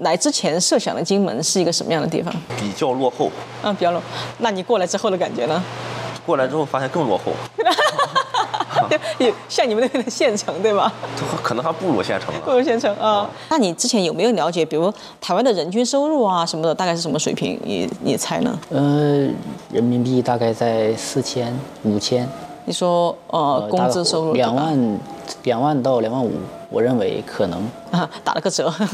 来之前设想的金门是一个什么样的地方？比较落后。嗯，比较落。那你过来之后的感觉呢？过来之后发现更落后， 对，也像你们那边的县城对吧？都可能还不如县城不呢。如县城啊。那你之前有没有了解，比如台湾的人均收入啊什么的，大概是什么水平？你你猜呢？呃，人民币大概在四千、五千，你说呃，工资收入对吧两万、两万到两万五，我认为可能。啊，打了个折。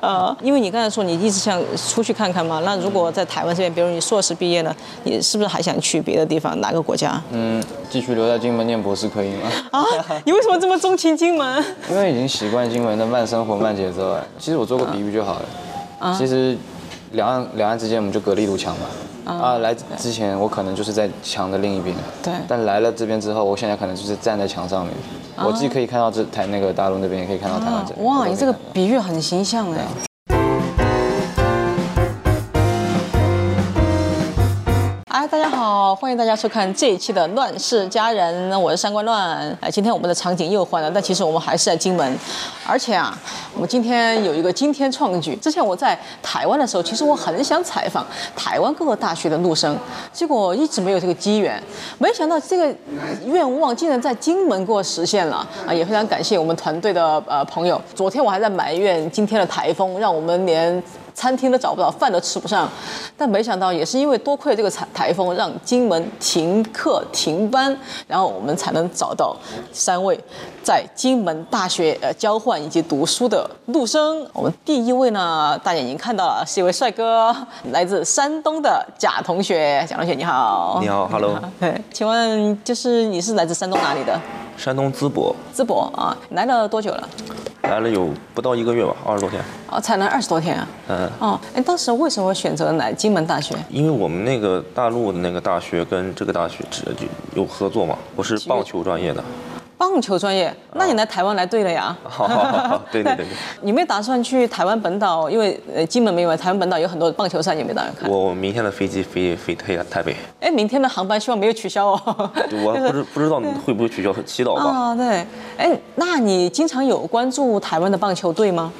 呃，因为你刚才说你一直想出去看看嘛，那如果在台湾这边，比如你硕士毕业了，你是不是还想去别的地方，哪个国家？嗯，继续留在金门念博士可以 吗？啊，你为什么这么钟情金门？因为已经习惯金门的慢生活、慢节奏了。其实我做过比喻就好了。啊其实两岸两岸之间我们就隔了一堵墙嘛。啊，来之前我可能就是在墙的另一边，对但来了这边之后，我现在可能就是站在墙上面，我既可以看到这台那个大陆那边，也可以看到台啊湾这边。我啊嗯哇，你都可以这个看到比喻很形象哎。哎，大家好，欢迎大家收看这一期的《乱世佳人》，我是三观乱。哎，今天我们的场景又换了，但其实我们还是在金门。而且啊，我今天有一个惊天创举。之前我在台湾的时候，其实我很想采访台湾各个大学的陆生，结果一直没有这个机缘。没想到这个愿望竟然在金门给我实现了啊！也非常感谢我们团队的呃朋友。昨天我还在埋怨今天的台风，让我们连餐厅都找不到，饭都吃不上。但没想到，也是因为多亏了这个台台风，让金门停课停班，然后我们才能找到三位在金门大学呃交换以及读书的陆生。我们第一位呢，大家已经看到了，是一位帅哥，来自山东的贾同学。贾同学你好，哦你。好，Hello，对，请问就是你是来自山东哪里的？山东淄博淄博啊，你来了多久了？来了有不到一个月吧，二十多天。哦，才来二十多天啊。嗯，哦，哎，当时为什么选择来金门大学？因为我们那个大陆的那个大学跟这个大学只就有合作嘛，我是棒球专业 的。棒球专业，那你来台湾来对了呀。哦好好好好， 对对对对。你没打算去台湾本岛？因为呃，金门没有，台湾本岛有很多棒球赛，你没打算看？我明天的飞机飞飞台台北，哎，明天的航班希望没有取消哦。我不 知不知道你会不会取消，祈祷吧。啊、对，哎，那你经常有关注台湾的棒球队吗？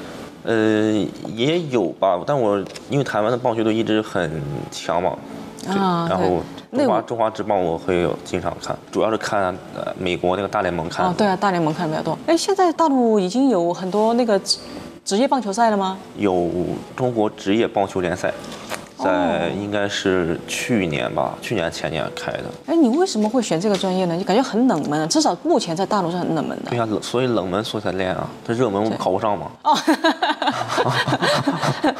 呃，也有吧，但我因为台湾的棒球队一直很强嘛，对啊然后对中那华我中华职棒我会有经常看，主要是看呃美国那个大联盟看，哦，对啊，大联盟看的比较多。哎，现在大陆已经有很多那个职职业棒球赛了吗？有中国职业棒球联赛，哦在应该是去年吧，去年前年开的，哎，你为什么会选这个专业呢？你感觉很冷门啊，至少目前在大陆是很冷门的对。呀、冷所以冷门所以才练啊，这热门我考不上嘛，哦，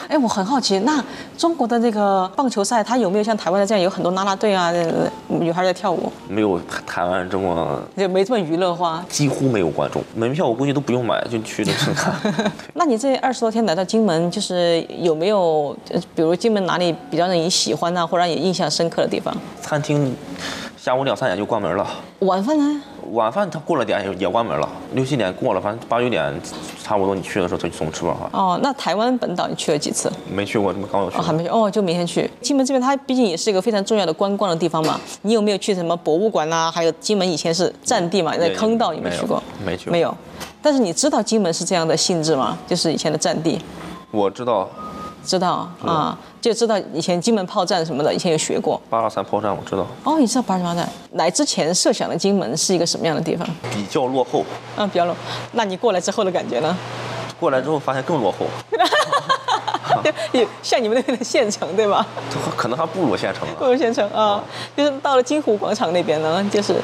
哎，我很好奇，那中国的这个棒球赛，它有没有像台湾的这样有很多啦啦队啊，呃女孩在跳舞，没有台湾这么就没这么娱乐化？几乎没有观众，门票我估计都不用买就去那 看。那你这二十多天来到金门，就是有没有，呃比如金门哪里比较让你喜欢呐、啊或者让你印象深刻的地方？餐厅下午两三点就关门了，晚饭呢？晚饭它过了点也也关门了，六七点过了，反正八九点差不多你去的时候才总吃不上饭。哦，那台湾本岛你去了几次？没去过，这么刚有去哦，还过。没去哦，就明天去。金门这边它毕竟也是一个非常重要的观光的地方嘛。你有没有去什么博物馆啦、还有金门以前是战地嘛，那也坑道你没去过？没有没去过没有。但是你知道金门是这样的性质吗？就是以前的战地，我知道知道啊，就知道以前金门炮战什么的，以前有学过。八二三炮战，我知道哦，你知道八十八战？来之前设想的金门是一个什么样的地方？比较落后，嗯，比较冷。那你过来之后的感觉呢？过来之后发现更落后，也像你们那边的县城对吧？都可能还不如县城 呢。贵州县城啊，就是到了金湖广场那边呢，就是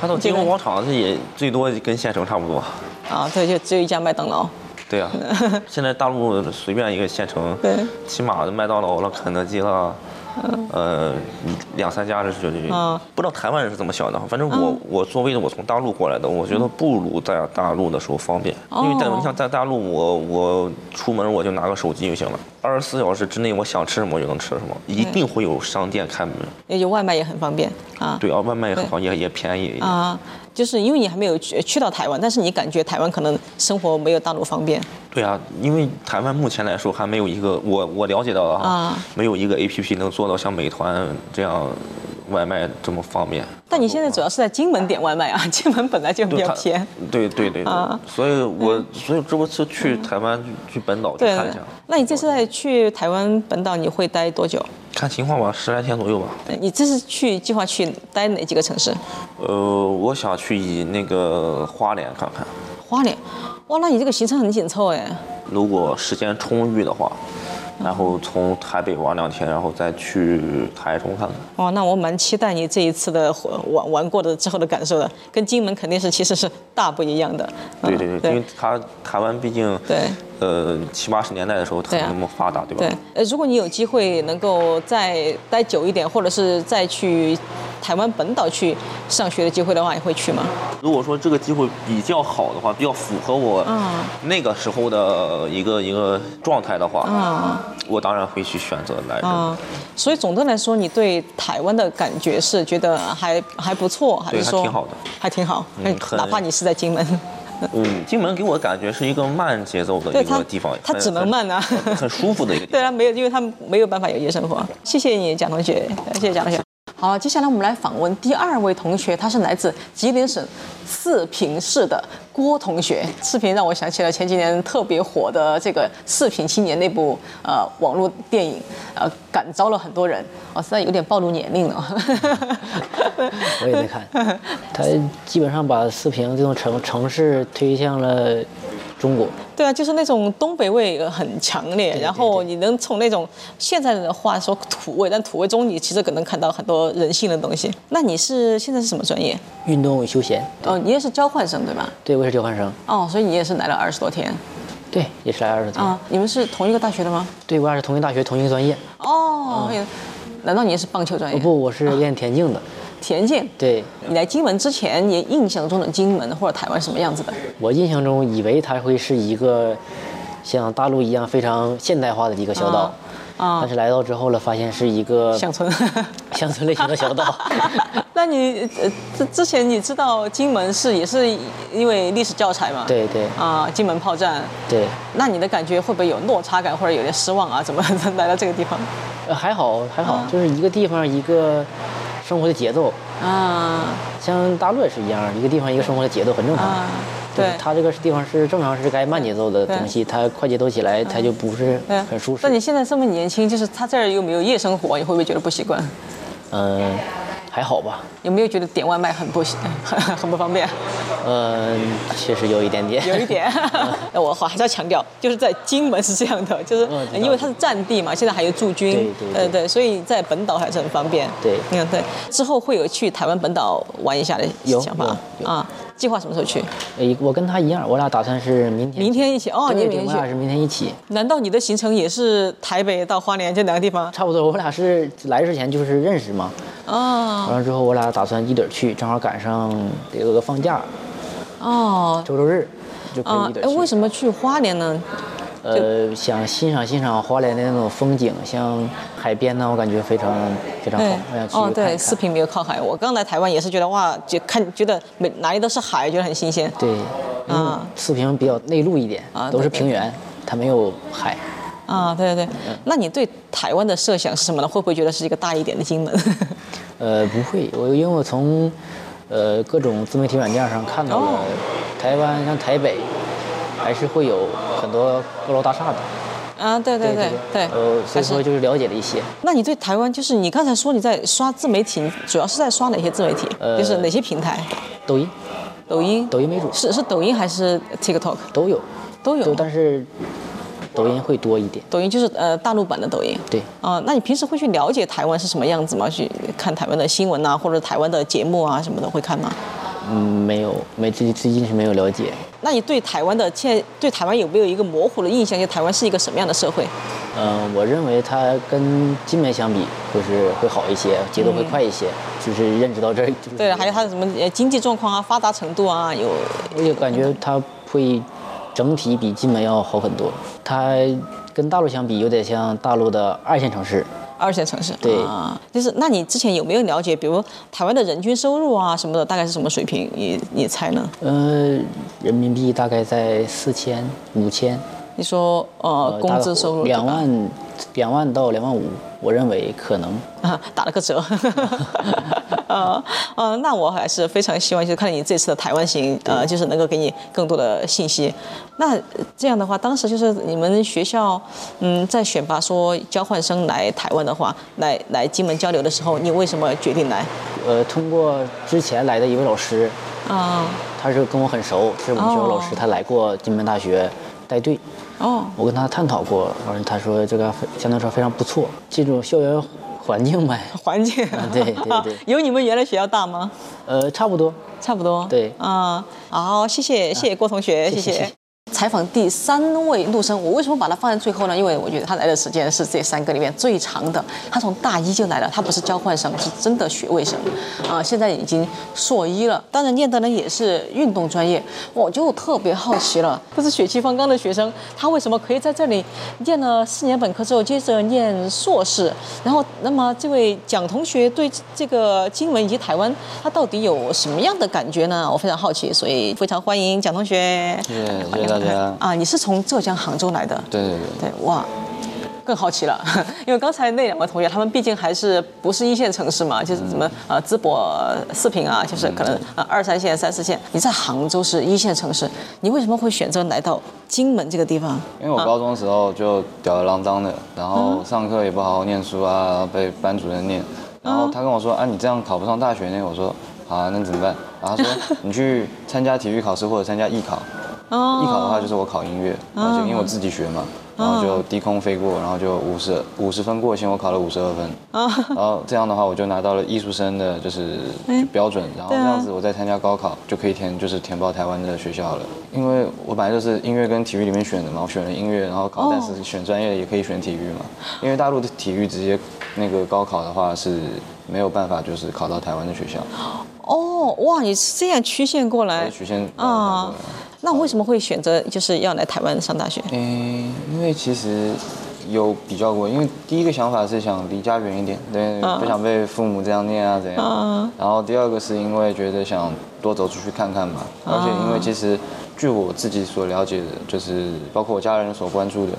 它到金融广场它也最多跟县城差不多。啊，对，就只有一家麦当劳。对呀、现在大陆随便一个县城对，起码麦当劳了、肯德基了，呃，两三家是绝对。嗯不知道台湾人是怎么想的，反正我、我作为我从大陆过来的，我觉得不如在大陆的时候方便，因为在哦你想在大陆我，我出门我就拿个手机就行了，二十四小时之内我想吃什么我就能吃什么，一定会有商店开门。也就外卖也很方便啊。对啊，外卖也很好，也也便宜。啊，就是因为你还没有去呃去到台湾，但是你感觉台湾可能生活没有大陆方便。对啊，因为台湾目前来说还没有一个我我了解到的哈，啊没有一个 A P P 能做到像美团这样外卖这么方便。但你现在主要是在金门点外卖啊，金门本来就比对较他偏。，对对对对，啊所以我所以这不是去台湾去去本岛去嗯对看一下，，那你这次在去台湾本岛，你会待多久？看情况吧，十来天左右吧。你这次去计划去待哪几个城市？呃，我想去以那个花莲看看，花莲，哇，那你这个行程很紧凑哎。如果时间充裕的话，然后从台北玩两天，然后再去台中看看。哦，那我蛮期待你这一次的呃玩玩过的之后的感受的，跟金门肯定是其实是大不一样的。嗯对对对，因为它台湾毕竟对呃七八十年代的时候它对没啊那么发达，对吧？对，呃，如果你有机会能够再待久一点，或者是再去台湾本岛去上学的机会的话，你会去吗？如果说这个机会比较好的话，比较符合我嗯那个时候的一个一个状态的话，啊我当然会去选择来这里。啊，所以总的来说，你对台湾的感觉是觉得还还不错，还是对还说挺好的，还挺好，哎嗯很哪怕你是在金门， 嗯，金门给我感觉是一个慢节奏的对一个它地方，它很只能慢啊很很很舒服的一个地对方。啊，没有，因为他们没有办法有夜生活。谢谢你，蒋同学，哎谢谢蒋同学。好，接下来我们来访问第二位同学，他是来自吉林省四平市的郭同学。四平让我想起了前几年特别火的这个《四平青年》那部呃网络电影，呃感召了很多人。哦，现在有点暴露年龄了。 我也在看。哎他基本上把四平这种城城市推向了中国。对啊，就是那种东北味呃很强烈，然后你能从那种现在的话说土味，但土味中你其实可能看到很多人性的东西。那你是现在是什么专业？运动与休闲，哦，你也是交换生对吧？对我是交换生，哦，所以你也是来了二十多天对，也是来二十多，啊？你们是同一个大学的吗？对我俩是同一个大学同一个专业。哦，难道你也是棒球专哦业？不，，我啊是练田径的，田径。对你来金门之前，你印象中的金门或者台湾什么样子的？我印象中以为它会是一个像大陆一样非常现代化的一个小岛，啊但是来到之后了，发现是一个乡村。 乡村类型的小岛。 那你呃，之之前你知道金门是也是因为历史教材嘛？ 对对啊，金门炮战。对，那你的感觉会不会有落差感，或者有点失望啊？怎么 来到这个地方？呃还好还嗯好，就是一个地方一个生活的节奏，啊像大陆也是一样，一个地方一个生活的节奏很正常。啊，就是对。它这个地方是正常是该慢节奏的对嗯东西，它快节奏起来它就不是对，啊很舒适那。你现在这么年轻，就是他这儿有没有夜生活，你会不会觉得不习惯？嗯，还好吧。有没有觉得点外卖很不习很很不方便？嗯，确实有一点点。有一 点，那我好还是要强调，就是在金门是这样的，就是嗯知道因为它是战地嘛，现在还有驻军，对对呃对对，所以在本岛还是很方便。对嗯对，之后会有去台湾本岛玩一下的有想法有啊有啊，计划什么时候去？诶我跟他一样，我俩打算是明天。明天一起哦，你对也对，明我天俩去？是明天一起，难道你的行程也是台北到花莲这两个地方？差不多。我俩是来之前就是认识嘛，哦完了之后我俩打算一起去，正好赶上得有个放假，哦周六日就可以啊一起，哎，为去。什么去花莲呢？呃，想欣赏欣赏花莲的那种风景，像海边呢，我感觉非常非常好，我想哎去看一看。哦，对，四平没有靠海。我刚来台湾也是觉得哇，就看觉得每哪里都是海，觉得很新鲜。对，啊嗯，四平比较内陆一点啊，都对是对平对原，它没有海。啊，对对对。嗯那你对台湾的设想是什么呢？会不会觉得是一个大一点的金门？ 呃，不会，我因为我从呃各种自媒体软件上看到了哦台湾像台北，还是会有很多高楼大厦的。啊，对对对对。呃，所还以说是。就是了解了一些。那你对台湾就是你刚才说你在刷自媒体，主要是在刷哪些自媒体？呃就是哪些平台？抖音，抖音。抖音为主，是是抖音还是 TikTok 都有，都有都，？但是抖音会多一点。抖音就是呃大陆版的抖音。对，啊、那你平时会去了解台湾是什么样子吗？去看台湾的新闻啊，或者台湾的节目啊什么的，会看吗？嗯，没有，没最最近是没有了解。那你对台湾的现在对台湾有没有一个模糊的印象？就台湾是一个什么样的社会？嗯、我认为它跟金门相比，就是会好一些，节奏会快一些，就是认识到这儿。就是嗯对，还有它的什么呃经济状况啊、发达程度啊，有我就感觉它会整体比金门要好很多。它跟大陆相比，有点像大陆的二线城市。二线城市。对啊，就是那你之前有没有了解，比如台湾的人均收入啊什么的，大概是什么水平？你你猜呢？呃，人民币大概在四千、五千，你说呃呃，工资收入两对吧万，两万到两万五，我认为可能。 啊，打了个折。呃呃，那我还是非常希望，就是看你这次的台湾行，呃，就是能够给你更多的信息。那这样的话，当时就是你们学校，嗯，在选拔说交换生来台湾的话，来来金门交流的时候，你为什么决定来？呃，通过之前来的一位老师，啊、他是跟我很熟，是我们学校老师，哦他来过金门大学带队。哦，我跟他探讨过，完了他说这个相对来说非常不错，这种校园环境呗，环境、啊对对对 有你们原来学校大吗？呃，差不多。差不多。对啊、好，谢谢谢谢郭同学，谢谢谢谢采访第三位陆生，我为什么把他放在最后呢？因为我觉得他来的时间是这三个里面最长的。他从大一就来了，他不是交换生，是真的学位生，啊、现在已经硕一了。当然念的呢也是运动专业，我就特别好奇了，这是血气方刚的学生，他为什么可以在这里念了四年本科之后，接着念硕士？然后，那么这位蒋同学对这个金门以及台湾，他到底有什么样的感觉呢？我非常好奇，所以非常欢迎蒋同学。谢谢谢谢大家。啊，你是从浙江杭州来的？对对对，对，哇。更好奇了， 因为刚才那两位同学，他们毕竟还是不是一线城市嘛，嗯就是什么呃淄博、四平啊，就是可能呃二三线、三四线。你在杭州是一线城市，你为什么会选择来到金门这个地方？因为我高中的时候就吊儿郎当的，然后上课也不好好念书啊，被班主任念。然后他跟我说：“啊，你这样考不上大学呢？”我说：“啊，那怎么办？”然后他说：“你去参加体育考试或者参加艺考。艺考的话就是我考音乐，然后就因为我自己学嘛，然后就低空飞过，然后就五十五十分过线，我考了五十二分。 然后这样的话，我就拿到了艺术生的就是就标准，然后这样子我再参加高考就可以填就是填报台湾的学校了。因为我本来就是音乐跟体育里面选的嘛，我选了音乐，然后考，但是选专业也可以选体育嘛，因为大陆的体育直接那个高考的话是没有办法就是考到台湾的学校，哦，哇，你是这样曲线过所来以曲线啊、啊。那为什么会选择就是要来台湾上大学？诶，嗯因为其实有比较过，因为第一个想法是想离家远一点，对，不想被父母这样念啊怎样。然后第二个是因为觉得想多走出去看看嘛，而且因为其实据我自己所了解的，就是包括我家人所关注的，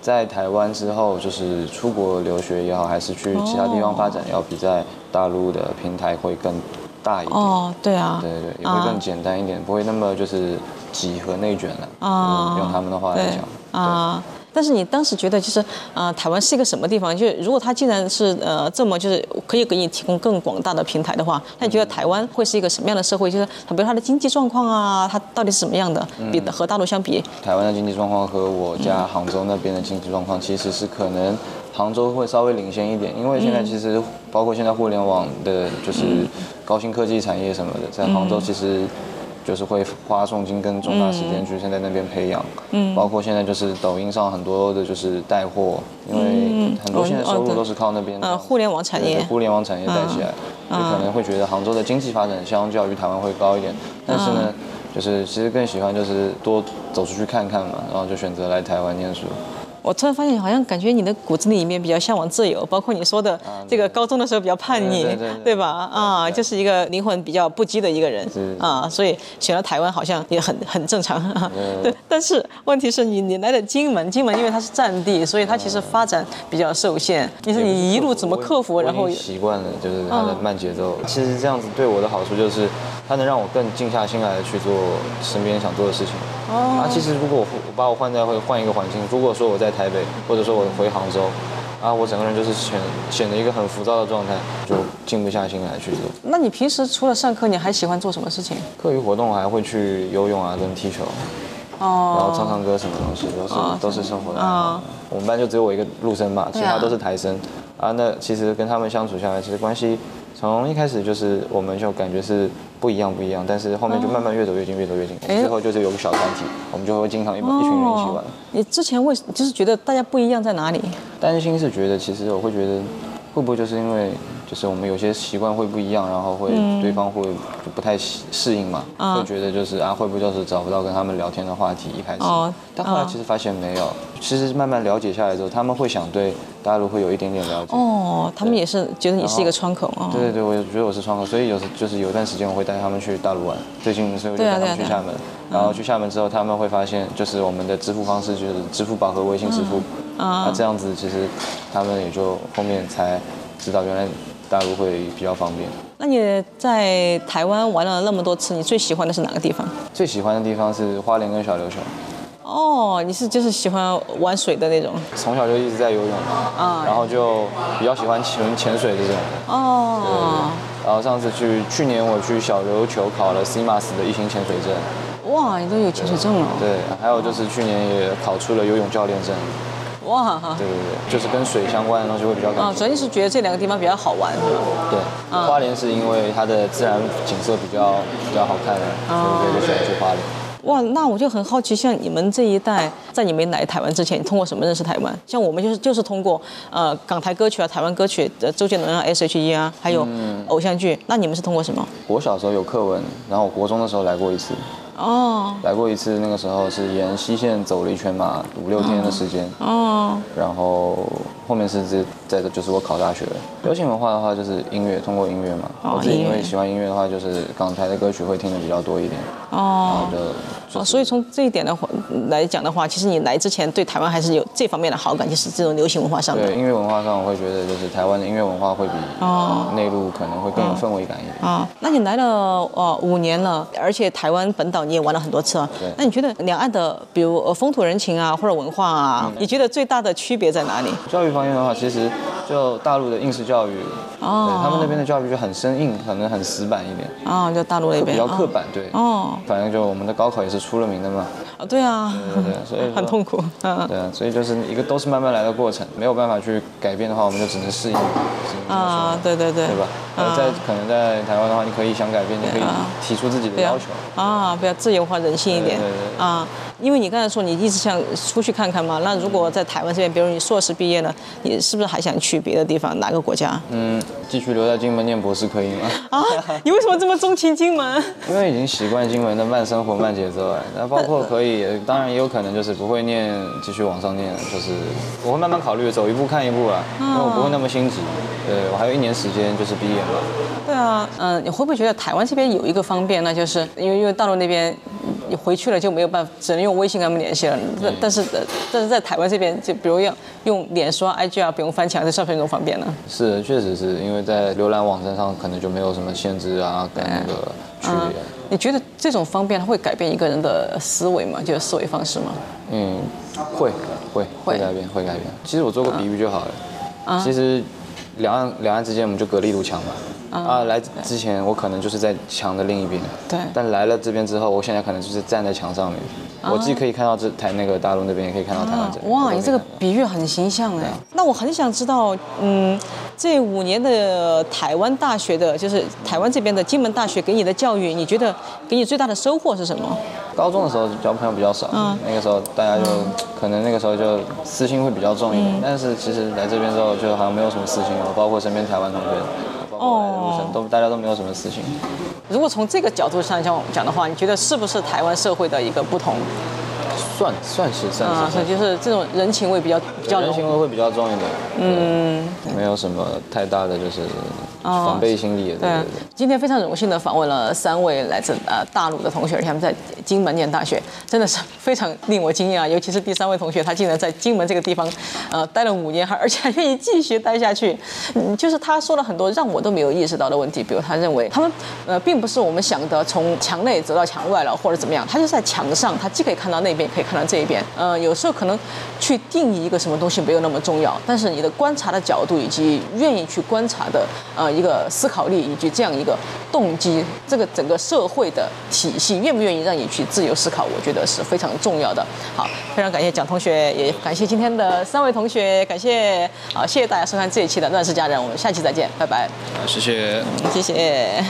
在台湾之后，就是出国留学也好，还是去其他地方发展，要比在大陆的平台会更大一点。哦，对啊，对对对，也会更简单一点，不会那么就是挤和内卷了。嗯用他们的话啊来哦对讲，对啊。但是你当时觉得就是啊、呃台湾是一个什么地方？就是如果它既然是呃这么就是可以给你提供更广大的平台的话，那嗯你觉得台湾会是一个什么样的社会？就是比如它的经济状况啊，它到底是什么样的？比嗯和大陆相比，台湾的经济状况和我家杭州那边的经济状况其实是可能杭州会稍微领先一点，因为现在其嗯实包括现在互联网的，就是高新科技产业什么的，在杭州其实。就是会花重金跟重大时间去现在那边培养，嗯，包括现在就是抖音上很多的就是带货，因嗯为很多现在收入都是靠那边的哦呃，互联网产对业对，互联网产业带起来，嗯就可能会觉得杭州的经济发展相较于台湾会高一点，但是呢，就是其实更喜欢就是多走出去看看嘛，然后就选择来台湾念书。我突然发现好像感觉你的骨子里面比较向往自由，包括你说的这个高中的时候比较叛逆啊对对对，对对吧？啊，对就是一个灵魂比较不羁的一个人是啊，所以选了台湾好像也很很正常。对，但是问题是你你来了金门，金门因为它是战地，所以它其实发展比较受限。你说你一路怎么克服？我已然后嗯我已经习惯了，就是它的慢节奏。其实这样子对我的好处就是，它能让我更静下心来去做身边想做的事情。哦。啊，其实如果我我把我换在会换一个环境，如果说我在台北，或者说我回杭州，啊，我整个人就是显显得一个很浮躁的状态，就静不下心来去做。那你平时除了上课，你还喜欢做什么事情？课余活动我还会去游泳啊，跟踢球，然后唱哦，唱歌什么东西，都是、都是生活的爱哦好。我们班就只有我一个陆生嘛，其啊他都是台生啊。那其实跟他们相处下来，其实关系从一开始就是我们就感觉是不一样不一样，但是后面就哦慢慢越走越近，越走越近。我们哎最后就是有个小团体，我们就会经常一帮一群人一起玩哦。你之前为就是觉得大家不一样在哪里？担心是觉得，其实我会觉得，会不会就是因为就是我们有些习惯会不一样，然后会对方会就不太喜适应嘛，会觉得就是啊，会不会就是找不到跟他们聊天的话题一开始哦，但后来其实发现没有，其实慢慢了解下来之后，他们会想对大陆会有一点点了解。哦，他们也是觉得你是一个窗口哦。对对对，我也觉得我是窗口，所以有时就是有一段时间我会带他们去大陆玩。最近所以我就对啊带他们对啊去厦门，然后去厦门之后，他们会发现就是我们的支付方式就是支付宝和微信支付，嗯那这样子其实他们也就后面才知道原来大陆会比较方便。那你在台湾玩了那么多次，你最喜欢的是哪个地方？最喜欢的地方是花莲跟小琉球，哦，你是就是喜欢玩水的那种从小就一直在游泳，啊然后就比较喜欢潜潜水这种。哦，然后上次去去年我去小琉球考了 CMAS 的一星潜水证，哇，你都有潜水证了，对，还有就是去年也考出了游泳教练证，哇，对对对，就是跟水相关的东西会比较感啊，兴趣主要就是觉得这两个地方比较好玩，是吧？对，嗯花莲是因为它的自然景色比较比较好看，哦所以我就喜欢去花莲。哇，那我就很好奇，像你们这一代，在你们来台湾之前，你通过什么认识台湾？像我们就是就是通过呃港台歌曲啊、台湾歌曲，呃周杰伦啊、S.H.E 啊，还有偶像剧。那你们是通过什么？我小时候有课文，然后我国中的时候来过一次，哦来过一次，那个时候是沿西线走了一圈嘛，五六天的时间，哦然后后面是这在这就是我考大学了。流行文化的话就是音乐，通过音乐嘛，哦我自己因音为乐喜欢音乐的话，就是港台的歌曲会听的比较多一点，然后哦。就哦，所以从这一点的话来讲的话，其实你来之前对台湾还是有这方面的好感，就是这种流行文化上的对。音乐文化上，我会觉得就是台湾的音乐文化会比内陆可能会更有氛围感一点。哦啊，那你来了呃五年了，而且台湾本岛你也玩了很多次啊对。那你觉得两岸的，比如呃风土人情啊，或者文化嗯啊，你觉得最大的区别在哪里？教育方面的话，其实就大陆的应试教育，哦对他们那边的教育就很生硬，可能很死板一点，啊，就大陆那比边较刻板，对。哦，反正就我们的高考也是出了名的嘛，啊对啊，对对，所以 说很痛。苦，嗯。对啊，所以就是一个都是慢慢来的过程，没有办法去改变的话，我们就只能适应，只能这么啊，对对对，说，对吧？啊而在可能在台湾的话，你可以想改变，你可以提出自己的对啊要求。，啊，比较自由化、人性一点对对对对啊。因为你刚才说你一直想出去看看嘛，那如果在台湾这边，比如你硕士毕业了，你是不是还想去别的地方，哪个国家？嗯，继续留在金门念博士可以吗？啊，你为什么这么钟情金门？因为已经习惯金门的慢生活、慢节奏了，那包括可以，当然也有可能就是不会念，继续往上念，就是我会慢慢考虑，走一步看一步啊，因为我不会那么心急。对我还有一年时间就是毕业嘛，对啊，嗯、你会不会觉得台湾这边有一个方便呢？就是因为因为大陆那边你回去了就没有办法，只能用微信跟他们联系了。嗯但但是呃但是在台湾这边，就比如要用脸书、啊、IG 啊，不用翻墙，这算不算一种方便呢？是确实是因为在浏览网站上可能就没有什么限制啊，跟那个区别。啊你觉得这种方便会改变一个人的思维吗？就是思维方式吗？嗯，会会会嗯会改变，会改变。其实我做个比喻就好了。其实两岸两岸之间我们就隔了一堵墙嘛。啊，来之前我可能就是在墙的另一边，嗯对但来了这边之后，我现在可能就是站在墙上面，我既可以看到这台那个大陆那边，也可以看到台湾这嗯边。我都啊哇，可以你这个看到比喻很形象哎。那我很想知道，嗯，这五年的呃台湾大学的，就是台湾这边的金门大学给你的教育，你觉得给你最大的收获是什么？高中的时候交朋友比较少，嗯那个时候大家就可能那个时候就私心会比较重一嗯点，但是其实来这边之后就好像没有什么私心了，包括身边台湾同学，包括来的路哦上都大家都没有什么私心。如果从这个角度上讲讲的话，你觉得是不是台湾社会的一个不同算算是算啊？是，所以就是这种人情味比较比较人浓行为会比较重一点，嗯，没有什么太大的就是防备心理，对对对啊对，，今天非常荣幸的访问了三位来自呃大陆的同学，而且他们在金门念大学，真的是非常令我惊讶，尤其是第三位同学，他竟然在金门这个地方，呃，待了五年，还而且还愿意继续待下去。嗯，就是他说了很多让我都没有意识到的问题，比如他认为他们呃并不是我们想的从墙内走到墙外了，或者怎么样，他就在墙上，他既可以看到那边，也可以看到这一边。呃，有时候可能去定义一个什么东西没有那么重要，但是你的观察的角度以及愿意去观察的呃一个思考力以及这样一个动机，这个整个社会的体系愿不愿意让你去自由思考，我觉得是非常重要的。好，非常感谢蒋同学，也感谢今天的三位同学，感谢啊，谢谢大家收看这一期的《乱世佳人》，我们下期再见，拜拜，谢谢。谢谢。